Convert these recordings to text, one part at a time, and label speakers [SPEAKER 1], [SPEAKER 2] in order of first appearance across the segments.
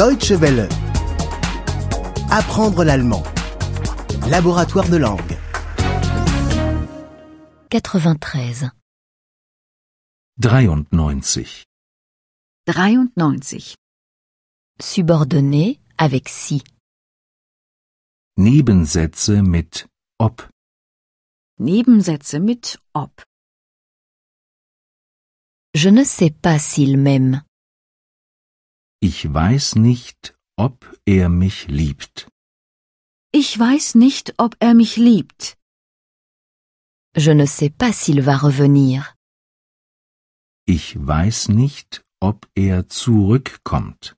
[SPEAKER 1] Deutsche Welle. Apprendre l'allemand. Laboratoire de langue.
[SPEAKER 2] 93.
[SPEAKER 3] 93.
[SPEAKER 4] 93.
[SPEAKER 2] Subordonné avec si.
[SPEAKER 3] Nebensätze mit ob.
[SPEAKER 4] Nebensätze mit ob.
[SPEAKER 2] Je ne sais pas s'il m'aime.
[SPEAKER 3] Ich weiß nicht, ob er mich liebt.
[SPEAKER 4] Ich weiß nicht, ob er mich liebt.
[SPEAKER 2] Je ne sais pas s'il va revenir.
[SPEAKER 3] Ich weiß nicht, ob er zurückkommt.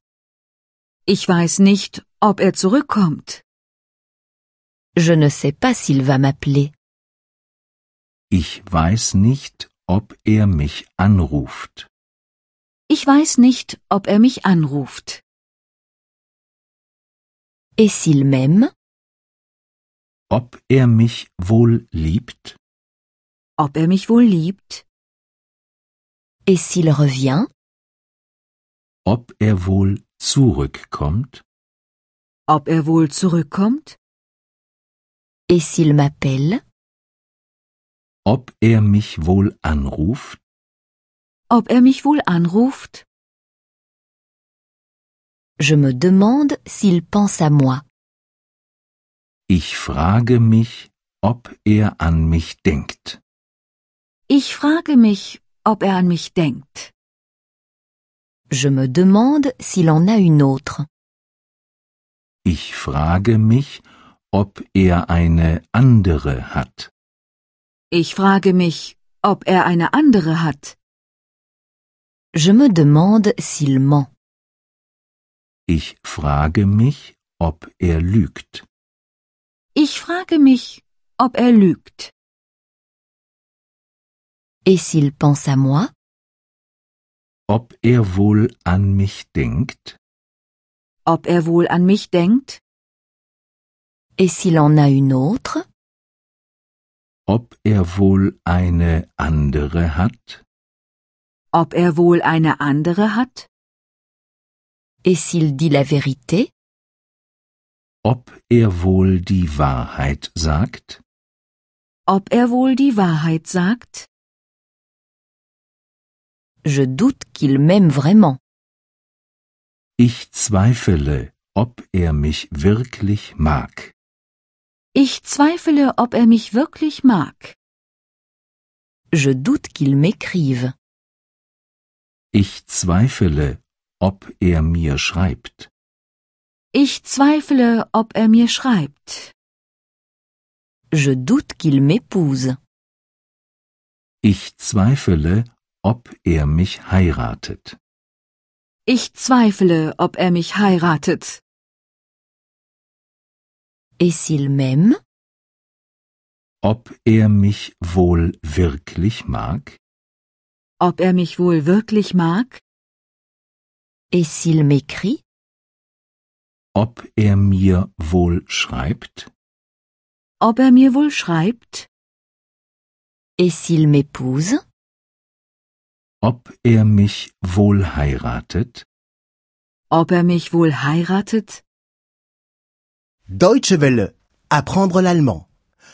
[SPEAKER 4] Ich weiß nicht, ob er zurückkommt.
[SPEAKER 2] Je ne sais pas s'il va m'appeler.
[SPEAKER 3] Ich weiß nicht, ob er mich anruft.
[SPEAKER 4] Ich weiß nicht, ob er mich anruft.
[SPEAKER 2] Et s'il m'aime
[SPEAKER 3] Ob er mich wohl liebt?
[SPEAKER 4] Ob er mich wohl liebt?
[SPEAKER 2] Et s'il revient
[SPEAKER 3] Ob er wohl zurückkommt?
[SPEAKER 4] Ob er wohl zurückkommt?
[SPEAKER 2] Et s'il m'appelle
[SPEAKER 3] Ob er mich wohl anruft?
[SPEAKER 4] Ob er mich wohl anruft?
[SPEAKER 2] Je me demande s'il pense à moi.
[SPEAKER 3] Ich frage mich, ob er an mich denkt.
[SPEAKER 4] Ich frage mich, ob er an mich denkt.
[SPEAKER 2] Je me demande s'il en a une autre.
[SPEAKER 3] Ich frage mich, ob er eine andere hat.
[SPEAKER 4] Ich frage mich, ob er eine andere hat.
[SPEAKER 2] Je me demande s'il ment.
[SPEAKER 3] Ich frage mich, ob er lügt.
[SPEAKER 4] Ich frage mich, ob er lügt.
[SPEAKER 2] Et s'il pense à moi
[SPEAKER 3] Ob er wohl an mich denkt?
[SPEAKER 4] Ob er wohl an mich denkt?
[SPEAKER 2] Et s'il en a une autre
[SPEAKER 3] Ob er wohl eine andere hat?
[SPEAKER 4] Ob er wohl eine andere hat?
[SPEAKER 2] Et s'il dit la vérité
[SPEAKER 3] Ob er wohl die Wahrheit sagt?
[SPEAKER 4] Ob er wohl die Wahrheit sagt?
[SPEAKER 2] Je doute qu'il m'aime vraiment.
[SPEAKER 3] Ich zweifle, ob er mich wirklich mag.
[SPEAKER 4] Ich zweifle, ob er mich wirklich mag.
[SPEAKER 2] Je doute qu'il m'écrive.
[SPEAKER 3] Ich zweifle, ob er mir schreibt.
[SPEAKER 4] Ich zweifle, ob er mir schreibt.
[SPEAKER 2] Je doute qu'il m'épouse.
[SPEAKER 3] Ich zweifle, ob er mich heiratet.
[SPEAKER 4] Ich zweifle, ob er mich heiratet.
[SPEAKER 2] Et s'il m'aime
[SPEAKER 3] Ob er mich wohl wirklich mag?
[SPEAKER 4] Ob er mich wohl wirklich mag?
[SPEAKER 2] Et s'il m'écrit
[SPEAKER 3] Ob er mir wohl schreibt?
[SPEAKER 4] Ob er mir wohl schreibt?
[SPEAKER 2] Et s'il m'épouse
[SPEAKER 3] Ob er mich wohl heiratet?
[SPEAKER 4] Ob er mich wohl heiratet?
[SPEAKER 1] Deutsche Welle. Apprendre l'allemand.